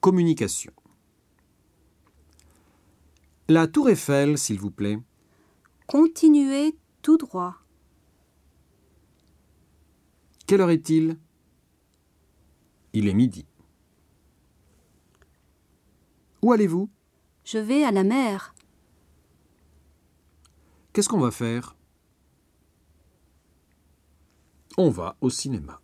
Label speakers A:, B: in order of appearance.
A: Communication. La tour Eiffel, s'il vous plaît.
B: Continuez tout droit.
A: Quelle heure est-il Il est midi. Où allez-vous
B: Je vais à la mer.
A: Qu'est-ce qu'on va faire On va au cinéma.